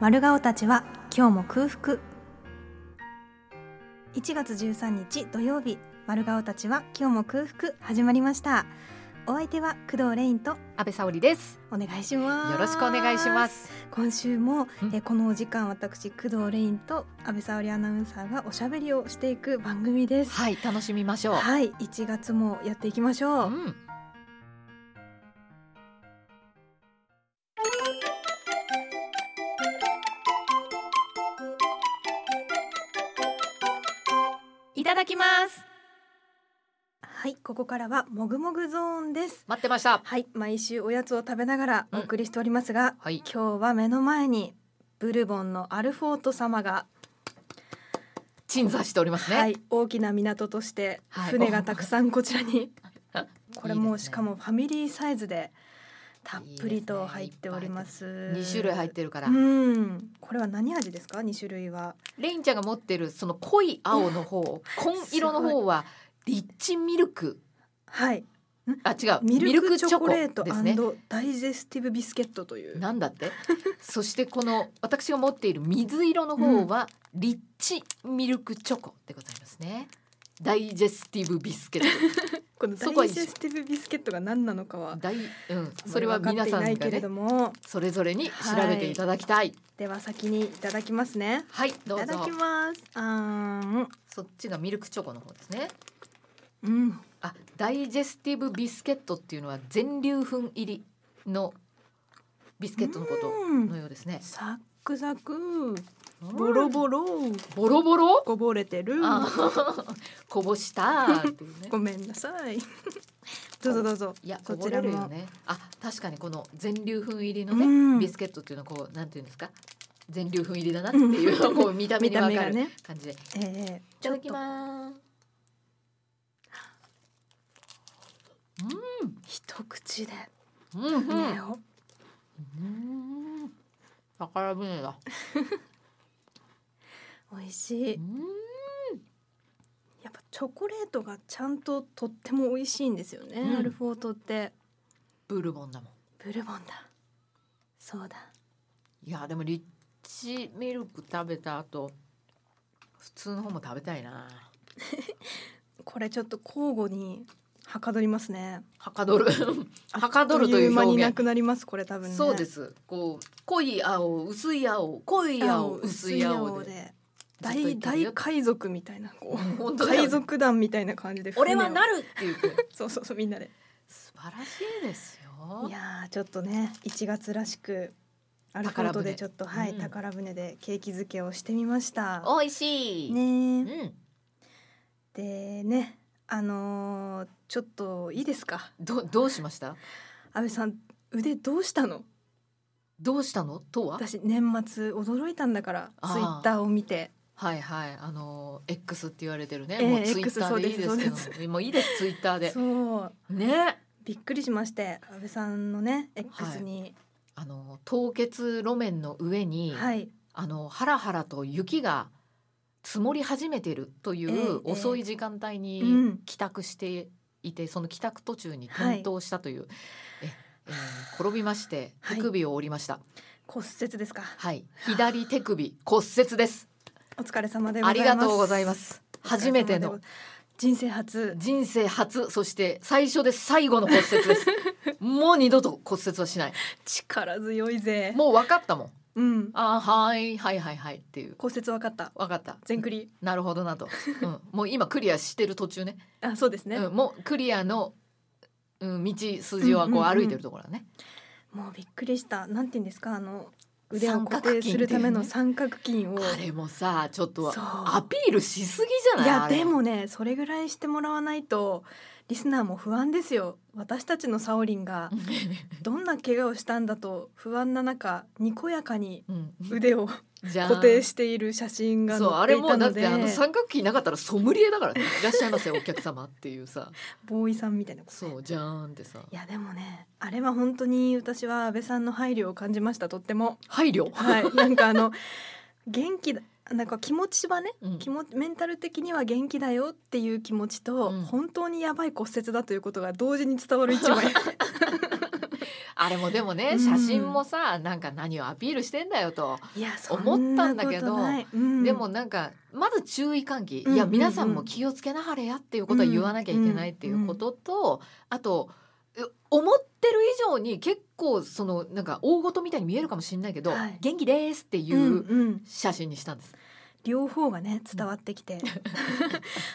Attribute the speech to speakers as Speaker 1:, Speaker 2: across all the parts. Speaker 1: 丸顔たちは今日も空腹1月13日土曜日丸顔たちは今日も空腹始まりましたお相手は工藤レインと
Speaker 2: 安倍沙織です。
Speaker 1: お願いします
Speaker 2: よろしくお願いします。
Speaker 1: 今週も、
Speaker 2: うん
Speaker 1: えこのお時間私工藤レインと安倍沙織アナウンサーがおしゃべりをしていく番組です
Speaker 2: はい、楽しみましょう。
Speaker 1: はい1月もやっていきましょう
Speaker 2: う、
Speaker 1: ん
Speaker 2: いただきます。
Speaker 1: はいここからはもぐもぐゾーンです
Speaker 2: 待ってました。
Speaker 1: はい毎週おやつを食べながらお送りしておりますが、
Speaker 2: はい、
Speaker 1: 今日は目の前にブルボンのアルフォート様が、
Speaker 2: 鎮座しておりますね。
Speaker 1: は
Speaker 2: はい、
Speaker 1: い、大きな港として
Speaker 2: はい
Speaker 1: 船がたくさんこちら に、これも
Speaker 2: いいです
Speaker 1: し
Speaker 2: ね
Speaker 1: かもファミリーサイズでたっぷり
Speaker 2: いい
Speaker 1: と
Speaker 2: ですね
Speaker 1: 入っております
Speaker 2: 二種類入ってるから、
Speaker 1: うんこれは何味ですか二種類は
Speaker 2: レインちゃんが持ってるその濃い青の方、紺色の方はリッチミルク。
Speaker 1: はい
Speaker 2: あ、違う、
Speaker 1: ミルクチョコレート
Speaker 2: ですね。
Speaker 1: ダイジェスティブビスケットという
Speaker 2: なん だって。そしてこの私が持っている水色の方はリッチミルクチョコでございますね。ダイジェスティブビスケッ
Speaker 1: この
Speaker 2: そ
Speaker 1: ダ
Speaker 2: こは
Speaker 1: イ
Speaker 2: 一緒
Speaker 1: ジェスティブビスケットが何なのか
Speaker 2: ト。
Speaker 1: は
Speaker 2: ダイ、うん、それは皆さ
Speaker 1: わかっていなんい
Speaker 2: が
Speaker 1: けれ
Speaker 2: ね
Speaker 1: ど、も
Speaker 2: それぞれに調べていただきたい。
Speaker 1: では先にいただきますね
Speaker 2: はい、ど
Speaker 1: いうただ
Speaker 2: ぞ
Speaker 1: き。ますあーん
Speaker 2: そっちがミルクチョコの方ですね。
Speaker 1: うん
Speaker 2: あ、ダイジェスティブビスケットっていうのは全粒粉入りのビスケットのことのようですね。
Speaker 1: サックサク
Speaker 2: ボ
Speaker 1: ボロボロ
Speaker 2: ボロボロ。
Speaker 1: こぼれてる
Speaker 2: あ ーこぼしたっていうね。
Speaker 1: ごめんなさい どうぞどうぞ
Speaker 2: いや、こ
Speaker 1: そ
Speaker 2: ぼ
Speaker 1: ち
Speaker 2: れ
Speaker 1: ら
Speaker 2: るよ
Speaker 1: も
Speaker 2: ね。あ、確かにこの全粒粉入りの
Speaker 1: うん
Speaker 2: ね、ビスケットっていうのはこう、なんていうんですか。全粒粉入りだなっていう、こう見た目
Speaker 1: 見
Speaker 2: に
Speaker 1: た
Speaker 2: わ
Speaker 1: 目
Speaker 2: か
Speaker 1: が
Speaker 2: る
Speaker 1: ね
Speaker 2: 感じで。い
Speaker 1: ええ
Speaker 2: ただきます。
Speaker 1: 一口で
Speaker 2: うん、うん、
Speaker 1: 船を
Speaker 2: うん。宝船だ。
Speaker 1: 美味しい
Speaker 2: うん
Speaker 1: やっぱチョコレートがちゃんととっても美味しいんですよね、
Speaker 2: うん
Speaker 1: アルフォートって
Speaker 2: ブルボンだもん。
Speaker 1: ブルボンだそうだ
Speaker 2: いや、でもリッチミルク食べた後。普通の方も食べたいな。
Speaker 1: これちょっと交互にはかどりますね
Speaker 2: はかどる。はかどるという
Speaker 1: あっ間に
Speaker 2: 表
Speaker 1: な
Speaker 2: 現。
Speaker 1: くなりますこれ多分ね
Speaker 2: そうですす。こう、濃い青、薄い青、濃い青、薄い青で。
Speaker 1: 大大海賊みたいなこう
Speaker 2: 本当だよ
Speaker 1: 海賊団みたいな感じで
Speaker 2: 俺はな
Speaker 1: る
Speaker 2: るって いう声
Speaker 1: そうそうそうみんなで
Speaker 2: 素晴らしいですよ
Speaker 1: いやーちょっとね1月らしくアルフォートで
Speaker 2: 宝船
Speaker 1: ちょっとはい、
Speaker 2: うん
Speaker 1: 宝船で景気づけをしてみました
Speaker 2: 美味しい、
Speaker 1: ね
Speaker 2: う
Speaker 1: ー
Speaker 2: ん
Speaker 1: でねあのーちょっといいですか
Speaker 2: どどうしました
Speaker 1: 安倍さん腕どうしたの
Speaker 2: どうしたのとは
Speaker 1: 私年末驚いたんだから
Speaker 2: あー
Speaker 1: ツイッターを見て
Speaker 2: はいはいあのー X って言われてるね、
Speaker 1: ええ
Speaker 2: もうツイッタ
Speaker 1: X そ
Speaker 2: ー
Speaker 1: う
Speaker 2: で
Speaker 1: で
Speaker 2: い
Speaker 1: す
Speaker 2: いですけ
Speaker 1: そう
Speaker 2: どもういいですツイッターで
Speaker 1: そう
Speaker 2: ね
Speaker 1: びっくりしまして安倍さんのね X に
Speaker 2: あのー凍結路面の上に、
Speaker 1: はい、
Speaker 2: あのーハラハラと雪が積もり始めてるとい
Speaker 1: えええ
Speaker 2: う
Speaker 1: え
Speaker 2: 遅い時間帯
Speaker 1: う
Speaker 2: に
Speaker 1: ん
Speaker 2: 帰宅していて、その帰宅途中に
Speaker 1: はい
Speaker 2: 転倒したという、ええー転びまして
Speaker 1: はい
Speaker 2: 手首を折りました、
Speaker 1: 骨折ですか
Speaker 2: はい、左手首骨折です。
Speaker 1: お疲れ様でござ
Speaker 2: あ
Speaker 1: い
Speaker 2: り
Speaker 1: ます
Speaker 2: がとうございます。初めて
Speaker 1: お疲れ様で
Speaker 2: の
Speaker 1: ご人生初
Speaker 2: 人生初、そして最初で最後の骨折 です。もう二度と骨折はしない。
Speaker 1: 力強いぜ
Speaker 2: もう分かったもん。
Speaker 1: うん
Speaker 2: あー、はい、はい、はい、はいっていう。
Speaker 1: 骨折わかった
Speaker 2: 分かった。
Speaker 1: 全クリ
Speaker 2: なるほどなと。うん、もう今クリアしてる途中ね。
Speaker 1: あそうですね、
Speaker 2: うん、もうクリアの。うん、道筋は
Speaker 1: う
Speaker 2: こう
Speaker 1: んうんうん
Speaker 2: 歩いてるところだね。
Speaker 1: もうびっくりしたなんて言うんですかあの腕を固
Speaker 2: 三角
Speaker 1: 定
Speaker 2: 筋っていうね
Speaker 1: するための三角筋を
Speaker 2: あれもさ、ちょっと
Speaker 1: そう
Speaker 2: アピールしすぎじゃ
Speaker 1: い
Speaker 2: ない。
Speaker 1: や
Speaker 2: あれ
Speaker 1: で。もねそれぐらいしてもらわないとリスナーも不安ですよ私たちのサオリンがどんな怪我をしたんだと不安な中にこやかに
Speaker 2: うん、
Speaker 1: 腕を
Speaker 2: じゃん
Speaker 1: 固定している写真が載
Speaker 2: そうあ
Speaker 1: って
Speaker 2: れ
Speaker 1: い
Speaker 2: も
Speaker 1: た
Speaker 2: うだっ
Speaker 1: の
Speaker 2: て
Speaker 1: で
Speaker 2: あの三角形なかったらソムリエだか らねいらっしゃいませお客様っていうさ
Speaker 1: ボーイさんみたいなこと
Speaker 2: そうじゃーんってさ
Speaker 1: いやでもねあれは本当に私は安倍さんの配慮を感じましたとっても
Speaker 2: 配慮、
Speaker 1: はいなんかあ の元気だなんか気持ちはね
Speaker 2: うん
Speaker 1: 気持ちメンタル的には元気だよっていう気持ちと、
Speaker 2: うん
Speaker 1: 本当にやばい骨折だということが同時に伝わる一枚
Speaker 2: ああれもでも
Speaker 1: う
Speaker 2: ね
Speaker 1: ん
Speaker 2: 写真もさなんか何をアピールしてんだよと、
Speaker 1: いやそ
Speaker 2: 思
Speaker 1: ん
Speaker 2: った
Speaker 1: なん
Speaker 2: だ
Speaker 1: こ
Speaker 2: けど
Speaker 1: とない、うん
Speaker 2: でもなんかまず注意喚起、
Speaker 1: うん
Speaker 2: いや
Speaker 1: うん
Speaker 2: 皆さんも気をつけなはれやっていうことは言わなきゃいけないっていうことと、あとう思ってる以上に結構そのなんか大事みたいに見えるかもしれないけど、
Speaker 1: はい
Speaker 2: 元気ですってい
Speaker 1: ん
Speaker 2: う
Speaker 1: うん、
Speaker 2: 写真にしたんです。
Speaker 1: 両方がね伝わってき て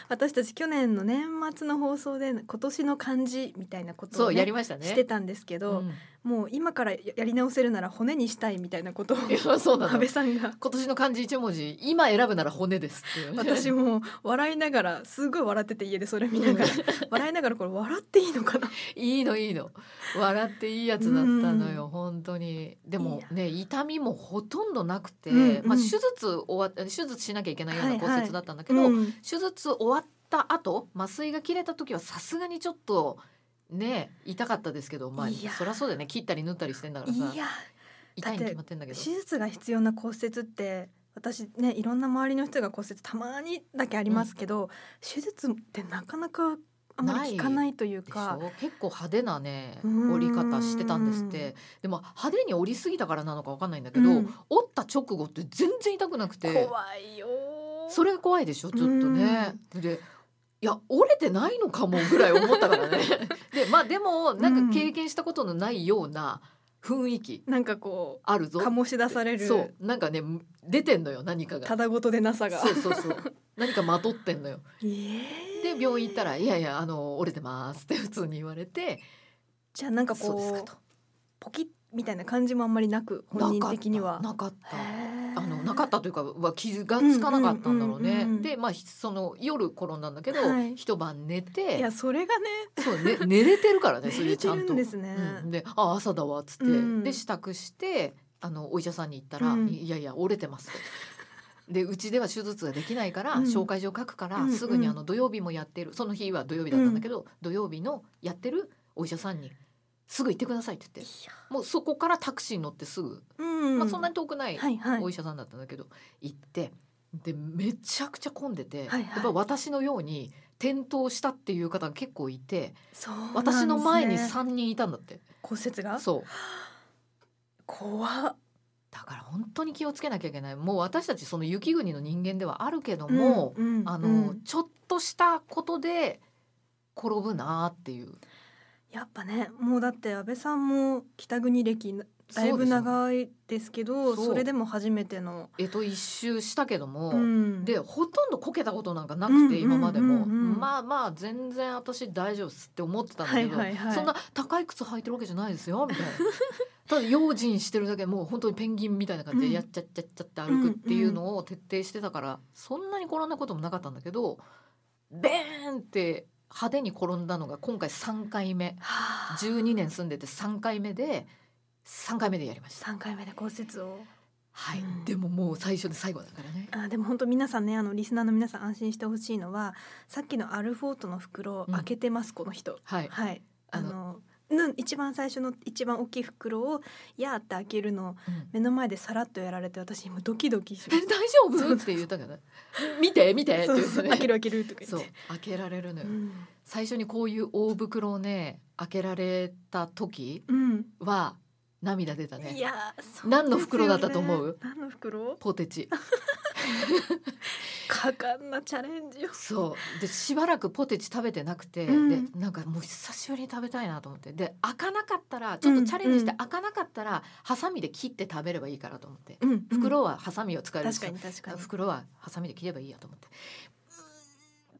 Speaker 1: 私たち去年の年末の放送で今年の漢字みたいなこと
Speaker 2: そ
Speaker 1: を、
Speaker 2: う
Speaker 1: ね
Speaker 2: やりましたね。
Speaker 1: してたんですけど、
Speaker 2: うん
Speaker 1: もう今からややり直せるなら骨にしたいみたいなことを
Speaker 2: いやそうな
Speaker 1: 安
Speaker 2: の
Speaker 1: 倍さんが
Speaker 2: 今年の漢字一文字今選ぶなら骨ですっていうね
Speaker 1: 私も笑いながらすごい笑ってて家でそれ見ながら 笑いながらこれ笑っていいのか ない
Speaker 2: いのいいの笑っていいやつだったのよ、本当にでもね痛みもほとんどなくて、
Speaker 1: うんうん
Speaker 2: まあ、手術終わっ手術しなきゃいけないような
Speaker 1: はい
Speaker 2: 骨
Speaker 1: は
Speaker 2: 折
Speaker 1: い
Speaker 2: だったんだ
Speaker 1: け
Speaker 2: けど、
Speaker 1: ど、
Speaker 2: 手術終わった後麻酔が切れた時はさすがにちょっとね痛かったですけどまあ
Speaker 1: いや
Speaker 2: そりゃそうだよね切ったり縫ったりしてんだからさ
Speaker 1: いや
Speaker 2: 痛いに決まってんだけ
Speaker 1: 手
Speaker 2: ど
Speaker 1: 術が必要な骨折って私ねいろんな周りの人が骨折たまにだけありますけど、手術ってなかなかあまり効かないという
Speaker 2: でし
Speaker 1: か
Speaker 2: ょ結構派手なね
Speaker 1: うーん
Speaker 2: 折り方してたんですってでも派手に折りすぎたからなのかわかんないんだけど、
Speaker 1: うん
Speaker 2: 折った直後って全然痛くなくて
Speaker 1: 怖いよー
Speaker 2: それが怖いでしょちょっとね。でいや折れてないのかもぐらい思っ たからね。でまあでもなんか経験したことのないような雰囲気
Speaker 1: なんかこ
Speaker 2: あるぞ
Speaker 1: う。醸し出され
Speaker 2: そ
Speaker 1: る
Speaker 2: うなんかね出てんのよ何か
Speaker 1: た
Speaker 2: が。
Speaker 1: だごとでなさが
Speaker 2: そうそうそう何かまとってんのよ。
Speaker 1: ええ
Speaker 2: で病院行ったら「いやいやあの折れてます」って普通に言われて
Speaker 1: じゃあなん
Speaker 2: 「
Speaker 1: か
Speaker 2: そうです
Speaker 1: こ
Speaker 2: か
Speaker 1: う
Speaker 2: と」
Speaker 1: ポキッみたいな感じもあんまりなく本人的には
Speaker 2: なかったなかった
Speaker 1: へー
Speaker 2: あのなかったというかは傷がつかなかったんだろうね、
Speaker 1: うんうんうんうん
Speaker 2: でまあひその夜転んだんだけど、
Speaker 1: はい
Speaker 2: 一晩寝
Speaker 1: いや
Speaker 2: て
Speaker 1: それがね
Speaker 2: そう、ね、寝れてるか らねそれ
Speaker 1: 出
Speaker 2: でち
Speaker 1: て
Speaker 2: ゃ
Speaker 1: る
Speaker 2: んと。
Speaker 1: んですね、
Speaker 2: うん、で「あ朝だわ」っつって、
Speaker 1: うん
Speaker 2: で支度してあのお医者さんに行ったら「
Speaker 1: うん
Speaker 2: いやいや折れてます」と。でうちでは手術ができないから、
Speaker 1: うん
Speaker 2: 紹介状書くから、
Speaker 1: うん
Speaker 2: すぐにあの土曜日もやってるその日は土曜日だったんだけど、土曜日のやってるお医者さんに「すぐ行ってください」って言ってもうそこからタクシーに乗ってすぐ、
Speaker 1: うん
Speaker 2: まあ、そんなに遠くない
Speaker 1: はいはい
Speaker 2: お医者さんだったんだけど行ってでめちゃくちゃ混んでて、
Speaker 1: はいはい
Speaker 2: やっぱ私のように転倒したっていう方が結構いて、
Speaker 1: そうなんですね
Speaker 2: 私の前に三人いたんだって
Speaker 1: 骨折が
Speaker 2: そう
Speaker 1: 怖っ
Speaker 2: だから本当に気をつけなきゃいけないもう私たちその雪国の人間ではあるけども、
Speaker 1: うんうん
Speaker 2: あ
Speaker 1: う
Speaker 2: の
Speaker 1: ん
Speaker 2: ちょっとしたことで転ぶなっていう
Speaker 1: やっぱねもうだって安倍さんも北国歴だいぶ
Speaker 2: い
Speaker 1: 長いですけど
Speaker 2: そ
Speaker 1: そうれでも初めての、
Speaker 2: えっと一周したけども、
Speaker 1: うん
Speaker 2: でほとんどこけたことなんかなくて、
Speaker 1: うんうんうんうん
Speaker 2: 今までも、まあまあ全然私大丈夫っすって思ってたんだけど、
Speaker 1: はいはいはい
Speaker 2: そんな高い靴履いてるわけじゃないですよみたい なただ用心してるだけもう本当にペンギンみたいな感じ
Speaker 1: う
Speaker 2: で
Speaker 1: ん
Speaker 2: やっちゃっちゃっちゃって歩くっていうのを徹底してたから、そんなに転んだこともなかったんだけどベーンって派手に転んだのが今回3回目
Speaker 1: はあ
Speaker 2: 12年住んでて3回目で3回目でやりました。
Speaker 1: 三回目で骨折を
Speaker 2: はい、
Speaker 1: うん
Speaker 2: でももう最初で最後だからね。
Speaker 1: あでも本当皆さんねあのリスナーの皆さん安心してほしいのはさっきのアルフォートの袋
Speaker 2: うん
Speaker 1: 開けてます、この人
Speaker 2: はい、
Speaker 1: はい
Speaker 2: あ
Speaker 1: あ
Speaker 2: の
Speaker 1: のうん一番最初の一番大きい袋をやーって開けるの
Speaker 2: うん
Speaker 1: 目の前でさらっとやられて私今ドキドキし
Speaker 2: え
Speaker 1: ま
Speaker 2: 大
Speaker 1: し
Speaker 2: 丈夫って言ったから見て見てって
Speaker 1: た
Speaker 2: 言
Speaker 1: そう
Speaker 2: って
Speaker 1: そう
Speaker 2: ね
Speaker 1: 開ける開けるとか
Speaker 2: そ
Speaker 1: 言
Speaker 2: う
Speaker 1: って
Speaker 2: 開けられるのよ、
Speaker 1: うん
Speaker 2: 最初にこういう大袋をね開けられた時
Speaker 1: うん
Speaker 2: は涙出たね
Speaker 1: いやーそう
Speaker 2: 何の袋だったと思う
Speaker 1: ですよね何の袋
Speaker 2: ポ テチ
Speaker 1: 果敢なチャレンジを
Speaker 2: そうでしばらくポテチ食べてなくて、
Speaker 1: うん
Speaker 2: でなんかもう久しぶりに食べたいなと思ってで開かなかったらちょっとチャレンジして
Speaker 1: うんうん
Speaker 2: 開かなかったらハサミで切って食べればいいからと思って
Speaker 1: うん
Speaker 2: 袋はハサミを使える
Speaker 1: 確
Speaker 2: し
Speaker 1: かに確かに
Speaker 2: 袋はハサミで切ればいいやと思って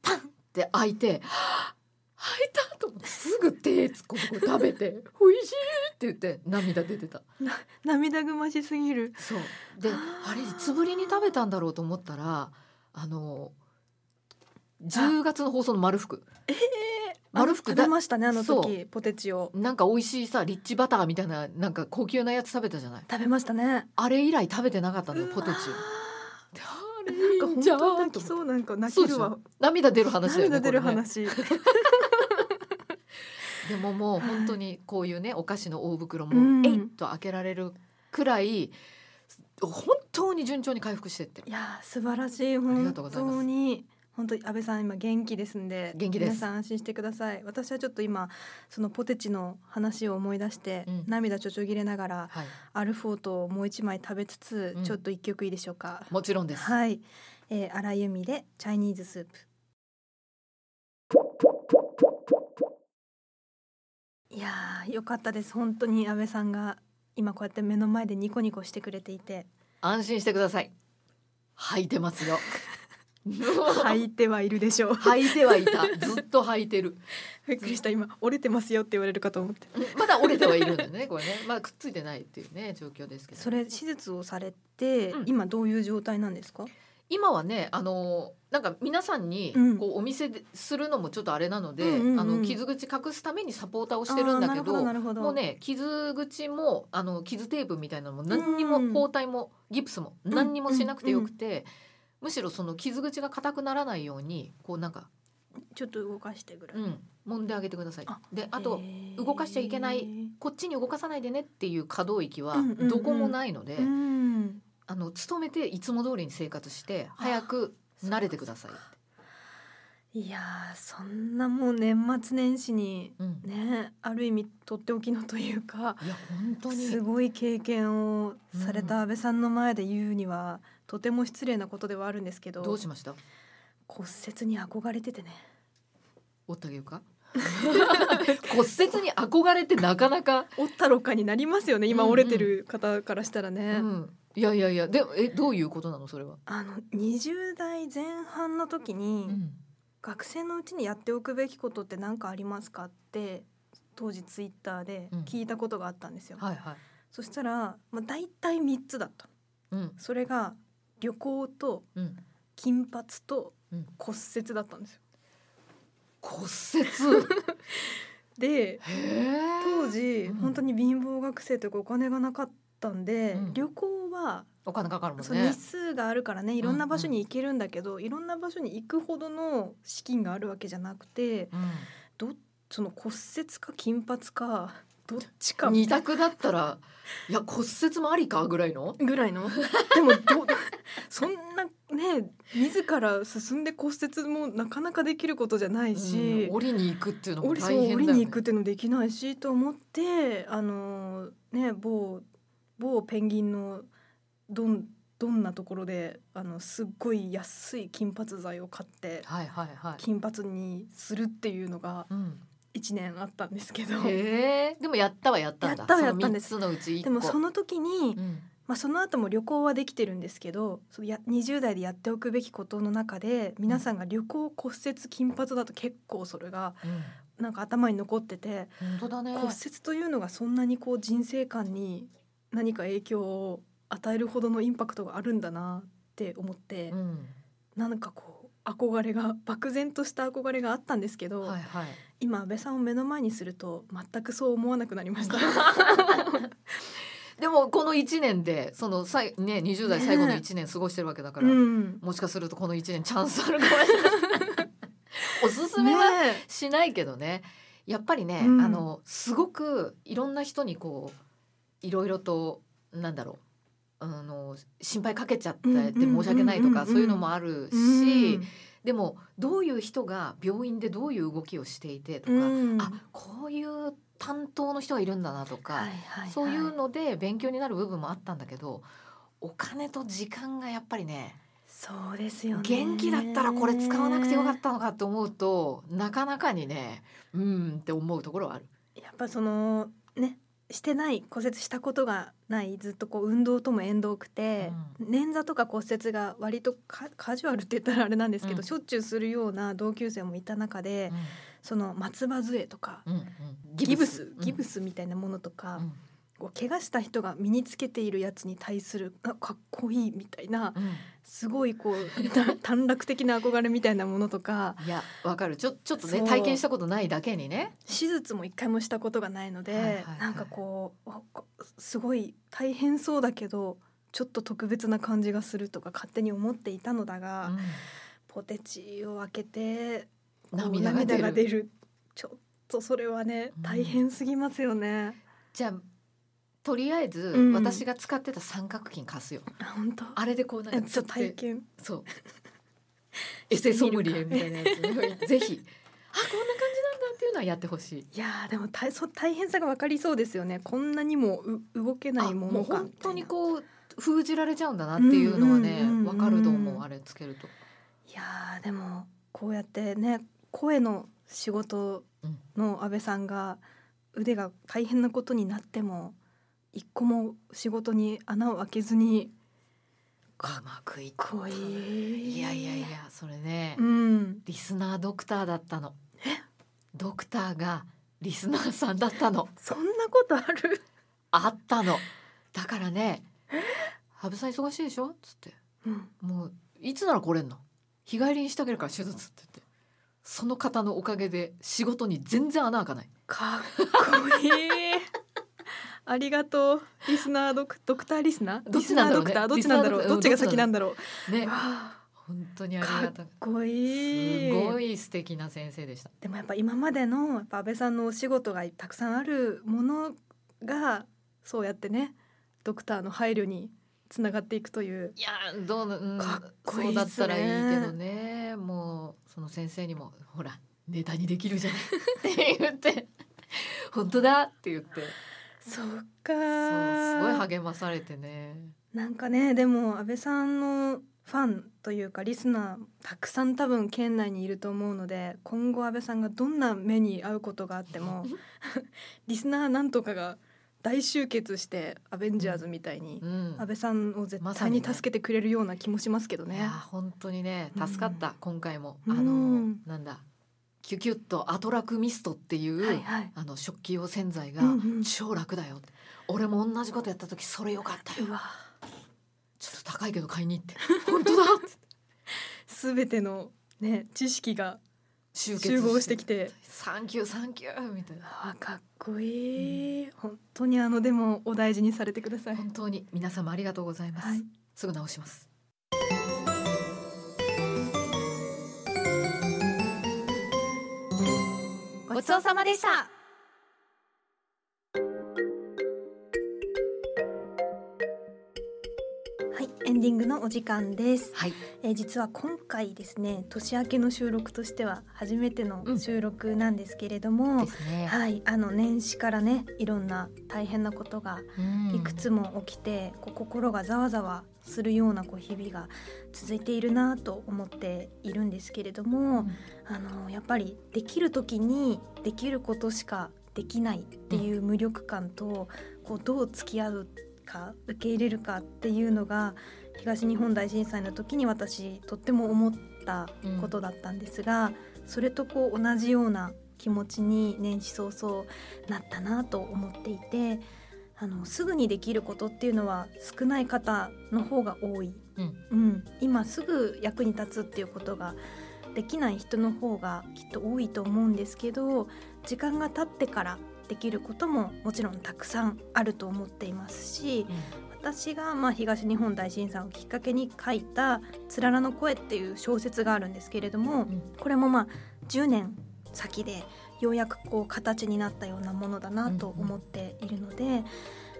Speaker 2: パンって開いてはぁ開いたと思ってすぐ手突っ込んでこう食 べて「美味しい!」って言って涙出てた
Speaker 1: 涙ぐましすぎる
Speaker 2: そうで
Speaker 1: あー
Speaker 2: あれいつぶりに食べたんだろうと思ったらあの10月の放送の丸福丸福
Speaker 1: あ
Speaker 2: だ
Speaker 1: 食べましたねあの
Speaker 2: そ
Speaker 1: 時ポテチを
Speaker 2: なんか美味しいさリッチバターみたいななんか高級なやつ食べたじゃない
Speaker 1: 食べましたね
Speaker 2: あれ以来食べてなかったのよポテチ
Speaker 1: うわ
Speaker 2: で
Speaker 1: ー
Speaker 2: あ
Speaker 1: な
Speaker 2: れ
Speaker 1: ん
Speaker 2: いい
Speaker 1: か
Speaker 2: じゃ
Speaker 1: 本
Speaker 2: ん
Speaker 1: 当泣
Speaker 2: と
Speaker 1: き
Speaker 2: 思
Speaker 1: そ
Speaker 2: って
Speaker 1: うなんか泣ける
Speaker 2: そ
Speaker 1: わ
Speaker 2: 涙出る話だよね
Speaker 1: 涙出る
Speaker 2: これね
Speaker 1: 話
Speaker 2: でももう
Speaker 1: はい
Speaker 2: 本当にこういうねお菓子の大袋
Speaker 1: う
Speaker 2: も
Speaker 1: ん
Speaker 2: えいっと開けられるくらい本当に順調に回復してってる
Speaker 1: いやー素晴らしい
Speaker 2: りが
Speaker 1: 本
Speaker 2: とうございます
Speaker 1: 当に本当に安倍さん今元気ですんで
Speaker 2: 元気です
Speaker 1: 皆さん安心してください私はちょっと今そのポテチの話を思い出して、
Speaker 2: うん
Speaker 1: 涙ちょちょぎれながら
Speaker 2: はい、
Speaker 1: アルフォートをもう一枚食べつつ、
Speaker 2: うん
Speaker 1: ちょっと一曲いいでしょうか
Speaker 2: もちろんです。
Speaker 1: はい、えー、荒井由実でチャイニーズスープいやーよかったです本当に安倍さんが今こうやって目の前でニコニコしてくれていて
Speaker 2: 安心してください。履いてますよ。
Speaker 1: 履いて はいるでしょう
Speaker 2: 履いてはいた。ずっと履いてる。
Speaker 1: びっくりした今折れてますよって言われるかと思って
Speaker 2: まだ折れてはいるんだよね。これね。まだくっついてないっていうね状況ですけど。
Speaker 1: それ手術をされて、
Speaker 2: うん
Speaker 1: 今どういう状態なんですか
Speaker 2: 今はねあのなんか皆さんに
Speaker 1: うん
Speaker 2: こうお見せでするのもちょっとあれなの
Speaker 1: う
Speaker 2: で、
Speaker 1: んうんうん
Speaker 2: あの傷口隠すためにサポーターをしてるんだけ
Speaker 1: あー
Speaker 2: ど
Speaker 1: なるほどなるほど
Speaker 2: もうね傷口もあの傷テープみたいなのも何にも
Speaker 1: うん
Speaker 2: 包帯もギプスも
Speaker 1: ん
Speaker 2: 何にもしなくてよくて、むしろその傷口が硬くならないようにこうなんか、
Speaker 1: ちょっと動かしてぐらい、
Speaker 2: うん、揉んであげてください
Speaker 1: あ。
Speaker 2: であと
Speaker 1: へー
Speaker 2: 動かしちゃいけないこっちに動かさないでねっていう可動域は
Speaker 1: うんうんうん
Speaker 2: どこもないので、
Speaker 1: うん
Speaker 2: あの努めていつも通りに生活して早く慣れてください。
Speaker 1: いやーそんなもう年末年始に
Speaker 2: うん
Speaker 1: ねある意味とっておきのというか
Speaker 2: いや本当に
Speaker 1: すごい経験をされた安倍さんの前で言うには、とても失礼なことではあるんですけど
Speaker 2: どうしました
Speaker 1: 骨折に憧れててね
Speaker 2: おったげよか 骨折に憧れてなかなか、
Speaker 1: 折ったろかになりますよね今
Speaker 2: うんうん
Speaker 1: 折れてる方からしたら
Speaker 2: う
Speaker 1: ね。
Speaker 2: ん、いやいやいやでえどういうことなのそれは、
Speaker 1: あの20代前半の時に、
Speaker 2: うん
Speaker 1: 学生のうちにやっておくべきことって何かありますかって当時ツイッターで聞いたことがあったんですよ、
Speaker 2: はいはい、
Speaker 1: そしたら、まあ、大体3つだった
Speaker 2: うん
Speaker 1: それが旅行と
Speaker 2: うん、
Speaker 1: 金髪と
Speaker 2: うん
Speaker 1: 骨折だったんですよ
Speaker 2: 骨折
Speaker 1: で
Speaker 2: へえ
Speaker 1: 当時、
Speaker 2: うん
Speaker 1: 本当に貧乏学生というかお金がなかったんで、
Speaker 2: うん
Speaker 1: 旅行は
Speaker 2: お金かかるもん
Speaker 1: そう日
Speaker 2: ね
Speaker 1: 数があるからねいろんな場所に行けるんだけど、いろんな場所に行くほどの資金があるわけじゃなくてどその骨折か金髪かどっち
Speaker 2: う
Speaker 1: か
Speaker 2: ん、二択だったらいや骨折もありかぐらいの
Speaker 1: ぐらい のでもどうそんなね自ら進んで骨折もなかなかできることじゃないし、
Speaker 2: うん、折りに行くっていうのも
Speaker 1: 折り
Speaker 2: 大
Speaker 1: そう
Speaker 2: 変
Speaker 1: 折
Speaker 2: だよ、
Speaker 1: り
Speaker 2: ね、
Speaker 1: に行くっていうのできないしと思ってあのね某某ペンギンのどんどんなところであのすっごい安い金髪剤を買って
Speaker 2: はいはいはい、
Speaker 1: 金髪にするっていうのが
Speaker 2: うん、
Speaker 1: 1年あったんですけど
Speaker 2: へえでもやったはやったんだ
Speaker 1: やったはやったんです
Speaker 2: その三つのうち一
Speaker 1: で
Speaker 2: 個
Speaker 1: もその時に
Speaker 2: う、ん
Speaker 1: まあ、その後も旅行はできてるんですけどそのや20代でやっておくべきことの中で皆さんが旅行骨折金髪だと結構それが
Speaker 2: うん、
Speaker 1: なんか頭に残ってて。
Speaker 2: 本当だね
Speaker 1: 骨折というのがそんなにこう人生観に何か影響を与えるほどのインパクトがあるんだなって思って、
Speaker 2: うん
Speaker 1: なんかこう憧れが漠然とした憧れがあったんですけど、
Speaker 2: はいはい
Speaker 1: 今安倍さんを目の前にすると全くそう思わなくなりま した。
Speaker 2: でもこの1年でそのさい、ね、20代最後の1年過ごしてるわけだから、
Speaker 1: うん、
Speaker 2: もしかするとこの1年チャンスあるかもしれない おすすめは
Speaker 1: ね
Speaker 2: しないけどねやっぱりね、
Speaker 1: うん
Speaker 2: あのすごくいろんな人にこういろいろとなんだろうあの心配かけちゃって申し訳ない
Speaker 1: うんうん
Speaker 2: とか
Speaker 1: うんうんうん
Speaker 2: そういうのもある
Speaker 1: え
Speaker 2: し、でもどういう人が病院でどういう動きをしていてとか、
Speaker 1: うん
Speaker 2: あこういう担当の人がいるんだなとか、
Speaker 1: はいはいはい
Speaker 2: そういうので勉強になる部分もあったんだけどお金と時間がやっぱりね
Speaker 1: そうですよね。
Speaker 2: 元気だったらこれ使わなくてよかったのかと思うとなかなかにねうんって思うところはある。
Speaker 1: やっぱそのねしてない骨折したことがないずっとこう運動とも縁遠くて、捻挫とか骨折が割とカカジュアルって言ったらあれなんですけど、
Speaker 2: うん
Speaker 1: しょっちゅうするような同級生もいた中で、その松葉杖とか、
Speaker 2: うんうん
Speaker 1: ギブスギブ
Speaker 2: ス、
Speaker 1: スみたいなものと
Speaker 2: う
Speaker 1: か、
Speaker 2: ん
Speaker 1: こう怪我した人が身につけているやつに対するあかっこいいみたいな
Speaker 2: うん
Speaker 1: すごいこう た短絡的な憧れみたいなものとか
Speaker 2: いやわかるちょちょっとね
Speaker 1: そう
Speaker 2: 体験したことないだけにね
Speaker 1: 手術も一回もしたことがないので、
Speaker 2: はいはいはい
Speaker 1: なんかこうわこすごい大変そうだけどちょっと特別な感じがするとか勝手に思っていたのだが、
Speaker 2: うん
Speaker 1: ポテチを開けてこう
Speaker 2: 涙が出る
Speaker 1: 涙が出るちょっとそれはね
Speaker 2: うん
Speaker 1: 大変すぎますよね、
Speaker 2: じゃあとりあえず、
Speaker 1: ん
Speaker 2: 私が使ってた三角巾貸すよ
Speaker 1: あ本当
Speaker 2: あれでこうなんか
Speaker 1: ちょっ
Speaker 2: つっ
Speaker 1: と体
Speaker 2: て
Speaker 1: 験
Speaker 2: そう エセソムリエみたいなやつ、ぜひあこんな感じなんだっていうのはやってほしい。
Speaker 1: いやーでも大そ大変さが分かりそうですよねこんなにもう動けな
Speaker 2: あ
Speaker 1: いも
Speaker 2: もう
Speaker 1: のか
Speaker 2: 本
Speaker 1: みた
Speaker 2: 当
Speaker 1: いな
Speaker 2: にこう封じられちゃうんだなっていうのはね
Speaker 1: うんうんうんうん
Speaker 2: わかると思うあれつけると。
Speaker 1: いやーでもこうやってね声の仕事の安倍さんが腕が大変なことになっても一個も仕事に穴を開けずに
Speaker 2: うまくいっ
Speaker 1: こいい
Speaker 2: いやいやいやそれね、
Speaker 1: うん
Speaker 2: リスナードクターだったの。ドクターがリスナーさんだったの。
Speaker 1: そんなことある
Speaker 2: あったの。だからね「羽生さん忙しいでしょ?」っつって
Speaker 1: うん
Speaker 2: 「もういつなら来れんの日帰りにしてあげるから手術」って言ってその方のおかげで仕事に全然穴開かない。
Speaker 1: かっこいい ありがとうリスナードクドクターリスナー
Speaker 2: どっちなんだろう
Speaker 1: リスナードク
Speaker 2: ね
Speaker 1: ターどっちなんだろう
Speaker 2: リスナードクター
Speaker 1: どっちが先なんだろう
Speaker 2: ね
Speaker 1: わあ
Speaker 2: 本当にあり
Speaker 1: か
Speaker 2: が
Speaker 1: った
Speaker 2: い。
Speaker 1: こいい
Speaker 2: すごい素敵な先生でした。
Speaker 1: でもやっぱ今までのやっぱ安倍さんのお仕事がたくさんあるものがそうやってねドクターの配慮につながっていくという
Speaker 2: いやーどうな、うん、
Speaker 1: かっこいい
Speaker 2: そう
Speaker 1: っすね
Speaker 2: だったらいいけどねもうその先生にも「ほらネタにできるじゃない」って言って 「本当だ」って言ってそう
Speaker 1: そうか
Speaker 2: すごい励まされてね
Speaker 1: なんかねでも安倍さんのファンというかリスナーたくさん多分県内にいると思うので今後安倍さんがどんな目に遭うことがあって もリスナーなんとかが大集結してアベンジャーズみたいに
Speaker 2: うん
Speaker 1: 安倍さんを絶
Speaker 2: まさ
Speaker 1: 対
Speaker 2: に
Speaker 1: に
Speaker 2: ね
Speaker 1: 助けてくれるような気もしますけど
Speaker 2: い
Speaker 1: ね
Speaker 2: や。ー本当にね助かった、
Speaker 1: うん
Speaker 2: 今回もあ
Speaker 1: うん
Speaker 2: の、なんだキュキュッとアトラクミストっていう、
Speaker 1: はいはい
Speaker 2: あの食器用洗剤が
Speaker 1: うんうん
Speaker 2: 超楽だよって、俺も同じことやった時それよかったよ
Speaker 1: うわ
Speaker 2: ちょっと高いけど買いに行 って本当だって
Speaker 1: すべてのね知識が
Speaker 2: 集結
Speaker 1: 集合してきて
Speaker 2: サンキューサンキューみたいな
Speaker 1: あかっこいい、本当にあのでもお大事にされてください。
Speaker 2: 本当に皆様ありがとうございます、
Speaker 1: はい
Speaker 2: すぐ直します
Speaker 1: ごちそうさまでした。はい、エンディングのお時間です。
Speaker 2: はい
Speaker 1: えー実は今回ですね、年明けの収録としては初めての収録なんですけれども、
Speaker 2: ですね、
Speaker 1: はい、あの年始からね、いろんな大変なことが
Speaker 2: うん
Speaker 1: いくつも起きて、こう心がざわざわするようなこう日々が続いているなと思っているんですけれども、
Speaker 2: うん
Speaker 1: あのやっぱりできる時にできることしかできないっていう無力感と、こうどう付き合うか受け入れるかっていうのが東日本大震災の時に私とっても思ったことだったんですが、それとこう同じような気持ちに年始早々なったなと思っていてあのすぐにできることっていうのは少ない方の方が多い
Speaker 2: うん
Speaker 1: うん、今すぐ役に立つっていうことができない人の方がきっと多いと思うんですけど時間が経ってからできることももちろんたくさんあると思っていますし私がまあ東日本大震災をきっかけに書いた「つららの声」っていう小説があるんですけれども
Speaker 2: うん
Speaker 1: これもまあ10年先でようやくこう形になったようなものだなと思っているので、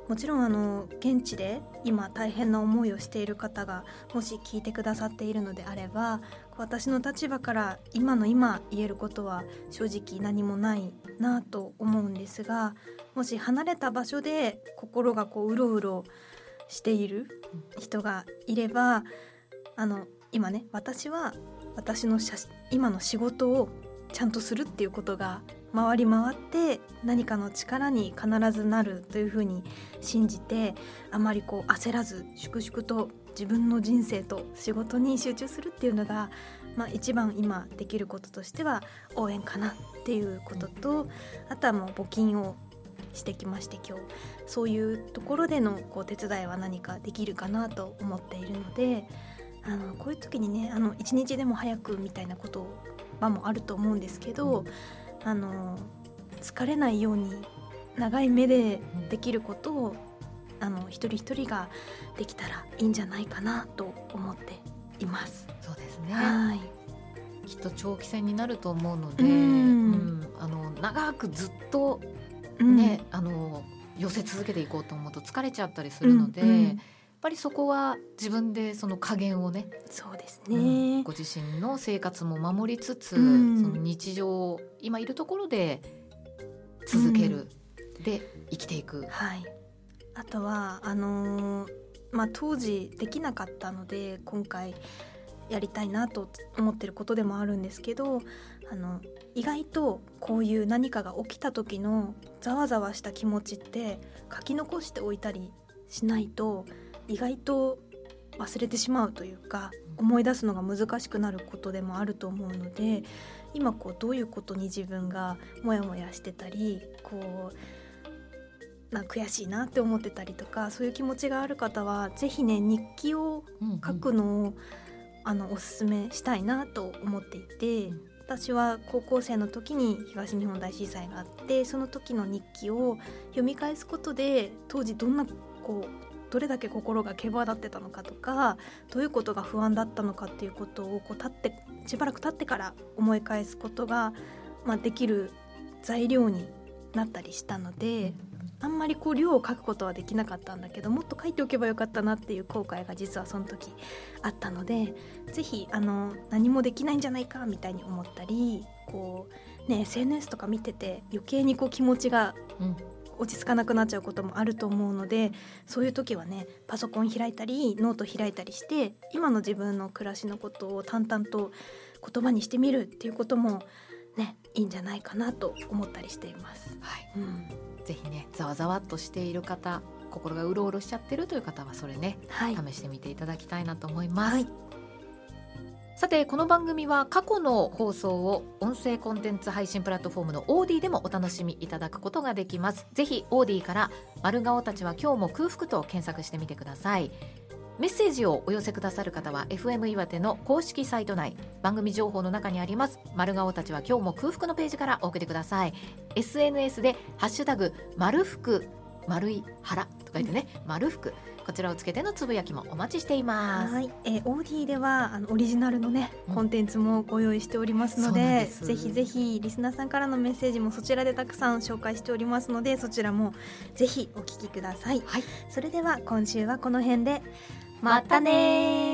Speaker 1: もちろんあの現地で今大変な思いをしている方がもし聞いてくださっているのであれば私の立場から今の今言えることは正直何もないなと思うんですがもし離れた場所で心がこううろうろしている人がいればあの今ね私は私の写今の仕事をちゃんとするっていうことが回り回って何かの力に必ずなるというふうに信じてあまりこう焦らず粛々と自分の人生と仕事に集中するっていうのが、まあ、一番今できることとしては応援かなっていうこととあとはもう募金をしてきまして今日そういうところでのこう手伝いは何かできるかなと思っているのであのこういう時にねあの一日でも早くみたいなことはもあると思うんですけど、
Speaker 2: うん
Speaker 1: あの疲れないように長い目でできることをあの一人一人ができたらいいんじゃないかなと思っています。
Speaker 2: そうですね
Speaker 1: はい、
Speaker 2: きっと長期戦になると思うので、
Speaker 1: う
Speaker 2: うんんあの長くずっと
Speaker 1: うん
Speaker 2: ね、あの寄せ続けていこうと思うと疲れちゃったりするので、
Speaker 1: うんうん
Speaker 2: ぱりそこは自分でその加減をね
Speaker 1: そうです
Speaker 2: うん
Speaker 1: ね。
Speaker 2: ご自身の生活も守りつつ、
Speaker 1: うん
Speaker 2: その日常を今いるところで続ける、で生きていく。
Speaker 1: はい。あとはあのーまあ当時できなかったので今回やりたいなと思ってることでもあるんですけど、あの意外とこういう何かが起きた時のざわざわした気持ちって書き残しておいたりしないと意外と忘れてしまうというか思い出すのが難しくなることでもあると思うので今こうどういうことに自分がモヤモヤしてたりこうな悔しいなって思ってたりとかそういう気持ちがある方は是非ね日記を
Speaker 2: うんうん
Speaker 1: 書くのを、あのおすすめしたいなと思っていて
Speaker 2: うん
Speaker 1: 私は高校生の時に東日本大震災があってその時の日記を読み返すことで当時どんなこうどれだけ心がけばだってたのかとかどういうことが不安だったのかっていうことをこう立ってしばらく経ってから思い返すことが、まあ、できる材料になったりしたのであんまりこう量を書くことはできなかったんだけどもっと書いておけばよかったなっていう後悔が実はその時あったのでぜひあの何もできないんじゃないかみたいに思ったりこう、ね、SNS とか見てて余計にこう気持ちが
Speaker 2: うん
Speaker 1: 落ち着かなくなっちゃうこともあると思うのでそういう時はねパソコン開いたりノート開いたりして今の自分の暮らしのことを淡々と言葉にしてみるっていうこともねいいんじゃないかなと思ったりしています。
Speaker 2: はい、
Speaker 1: うん、
Speaker 2: ぜひねざわざわっとしている方心がうろうろしちゃってるという方はそれね
Speaker 1: はい、
Speaker 2: 試してみていただきたいなと思います、
Speaker 1: はい
Speaker 2: さてこの番組は過去の放送を音声コンテンツ配信プラットフォームのオーディでもお楽しみいただくことができますぜひオーディから丸顔たちは今日も空腹と検索してみてくださいメッセージをお寄せくださる方は FM 岩手の公式サイト内番組情報の中にあります丸顔たちは今日も空腹のページからお送りください SNS でハッシュタグ丸服丸い腹とか言ってね丸服こちらをつけてのつぶやきもお待ちしています
Speaker 1: はい、えー、OD ではあのオリジナルのね
Speaker 2: うん
Speaker 1: コンテンツもご用意しておりますの
Speaker 2: そうなん
Speaker 1: で,、
Speaker 2: です
Speaker 1: ぜひぜひリスナーさんからのメッセージもそちらでたくさん紹介しておりますのでそちらもぜひお聞きください、
Speaker 2: はい
Speaker 1: それでは今週はこの辺で
Speaker 2: またねー